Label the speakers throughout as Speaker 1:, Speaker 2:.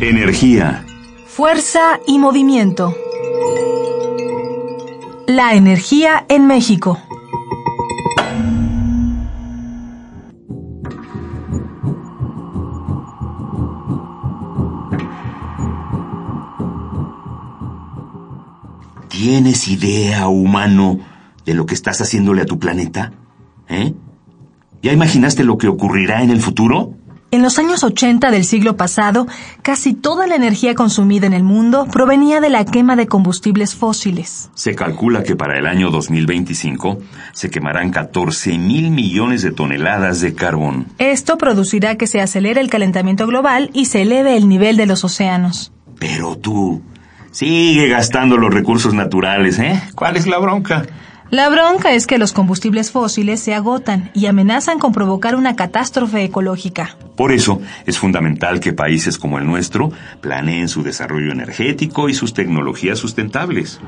Speaker 1: Energía.
Speaker 2: Fuerza y movimiento. La energía en México.
Speaker 3: ¿Tienes idea, humano, de lo que estás haciéndole a tu planeta? ¿Eh? ¿Ya imaginaste lo que ocurrirá en el futuro?
Speaker 2: En los años 80 del siglo pasado, casi toda la energía consumida en el mundo provenía de la quema de combustibles fósiles.
Speaker 3: Se calcula que para el año 2025 se quemarán 14 mil millones de toneladas de carbón.
Speaker 2: Esto producirá que se acelere el calentamiento global y se eleve el nivel de los océanos.
Speaker 3: Pero tú, sigue gastando los recursos naturales, ¿eh? ¿Cuál es la bronca?
Speaker 2: La bronca es que los combustibles fósiles se agotan y amenazan con provocar una catástrofe ecológica.
Speaker 3: Por eso es fundamental que países como el nuestro planeen su desarrollo energético y sus tecnologías sustentables.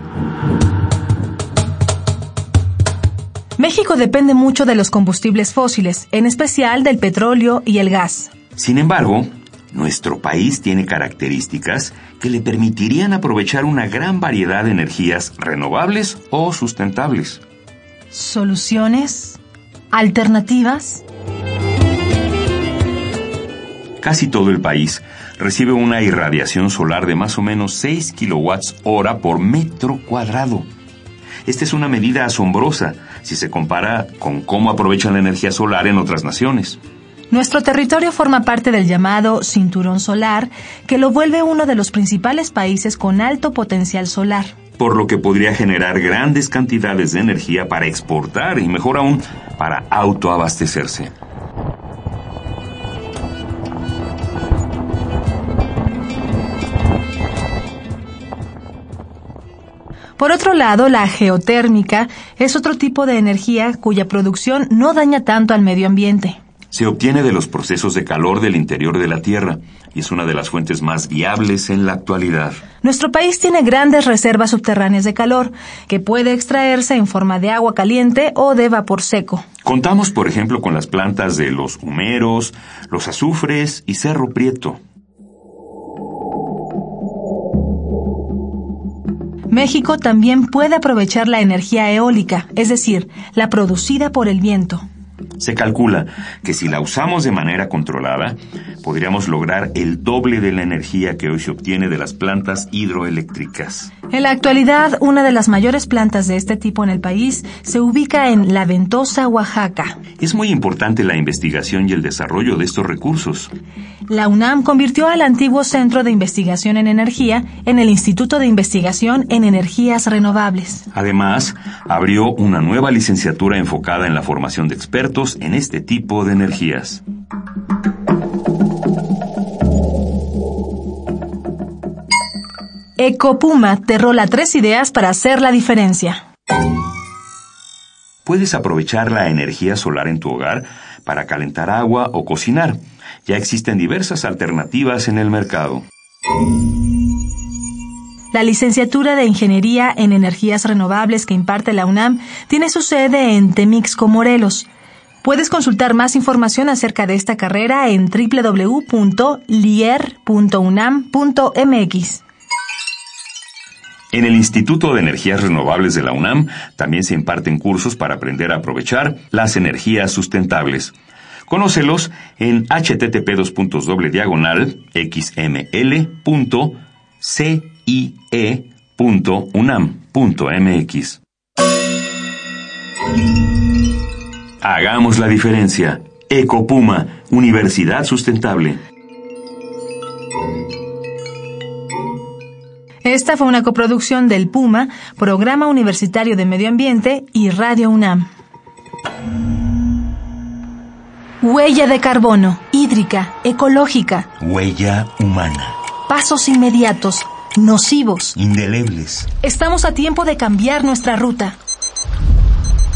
Speaker 2: México depende mucho de los combustibles fósiles, en especial del petróleo y el gas.
Speaker 3: Sin embargo, nuestro país tiene características que le permitirían aprovechar una gran variedad de energías renovables o sustentables.
Speaker 2: ¿Soluciones? ¿Alternativas?
Speaker 3: Casi todo el país recibe una irradiación solar de más o menos 6 kilowatts hora por metro cuadrado. Esta es una medida asombrosa si se compara con cómo aprovechan la energía solar en otras naciones.
Speaker 2: Nuestro territorio forma parte del llamado Cinturón Solar, que lo vuelve uno de los principales países con alto potencial solar.
Speaker 3: Por lo que podría generar grandes cantidades de energía para exportar y, mejor aún, para autoabastecerse.
Speaker 2: Por otro lado, la geotérmica es otro tipo de energía cuya producción no daña tanto al medio ambiente.
Speaker 3: Se obtiene de los procesos de calor del interior de la Tierra y es una de las fuentes más viables en la actualidad.
Speaker 2: Nuestro país tiene grandes reservas subterráneas de calor que puede extraerse en forma de agua caliente o de vapor seco.
Speaker 3: Contamos, por ejemplo, con las plantas de los humeros, los azufres y cerro prieto.
Speaker 2: México también puede aprovechar la energía eólica, es decir, la producida por el viento.
Speaker 3: Se calcula que si la usamos de manera controlada, podríamos lograr el doble de la energía que hoy se obtiene de las plantas hidroeléctricas.
Speaker 2: En la actualidad, una de las mayores plantas de este tipo en el país se ubica en La Ventosa, Oaxaca.
Speaker 3: Es muy importante la investigación y el desarrollo de estos recursos.
Speaker 2: La UNAM convirtió al antiguo Centro de Investigación en Energía en el Instituto de Investigación en Energías Renovables.
Speaker 3: Además, abrió una nueva licenciatura enfocada en la formación de expertos en este tipo de energías.
Speaker 2: Ecopuma te rola tres ideas para hacer la diferencia.
Speaker 3: Puedes aprovechar la energía solar en tu hogar para calentar agua o cocinar. Ya existen diversas alternativas en el mercado.
Speaker 2: La licenciatura de Ingeniería en Energías Renovables que imparte la UNAM tiene su sede en Temixco, Morelos. Puedes consultar más información acerca de esta carrera en www.lier.unam.mx.
Speaker 3: En el Instituto de Energías Renovables de la UNAM también se imparten cursos para aprender a aprovechar las energías sustentables. Conócelos en E http://xml.cie.unam.mx. Hagamos la diferencia. Ecopuma, Universidad Sustentable.
Speaker 2: Esta fue una coproducción del Puma, Programa Universitario de Medio Ambiente y Radio UNAM. Huella de carbono, hídrica, ecológica,
Speaker 3: Huella humana.
Speaker 2: pasos inmediatos, nocivos.
Speaker 3: Indelebles.
Speaker 2: Estamos a tiempo de cambiar nuestra ruta,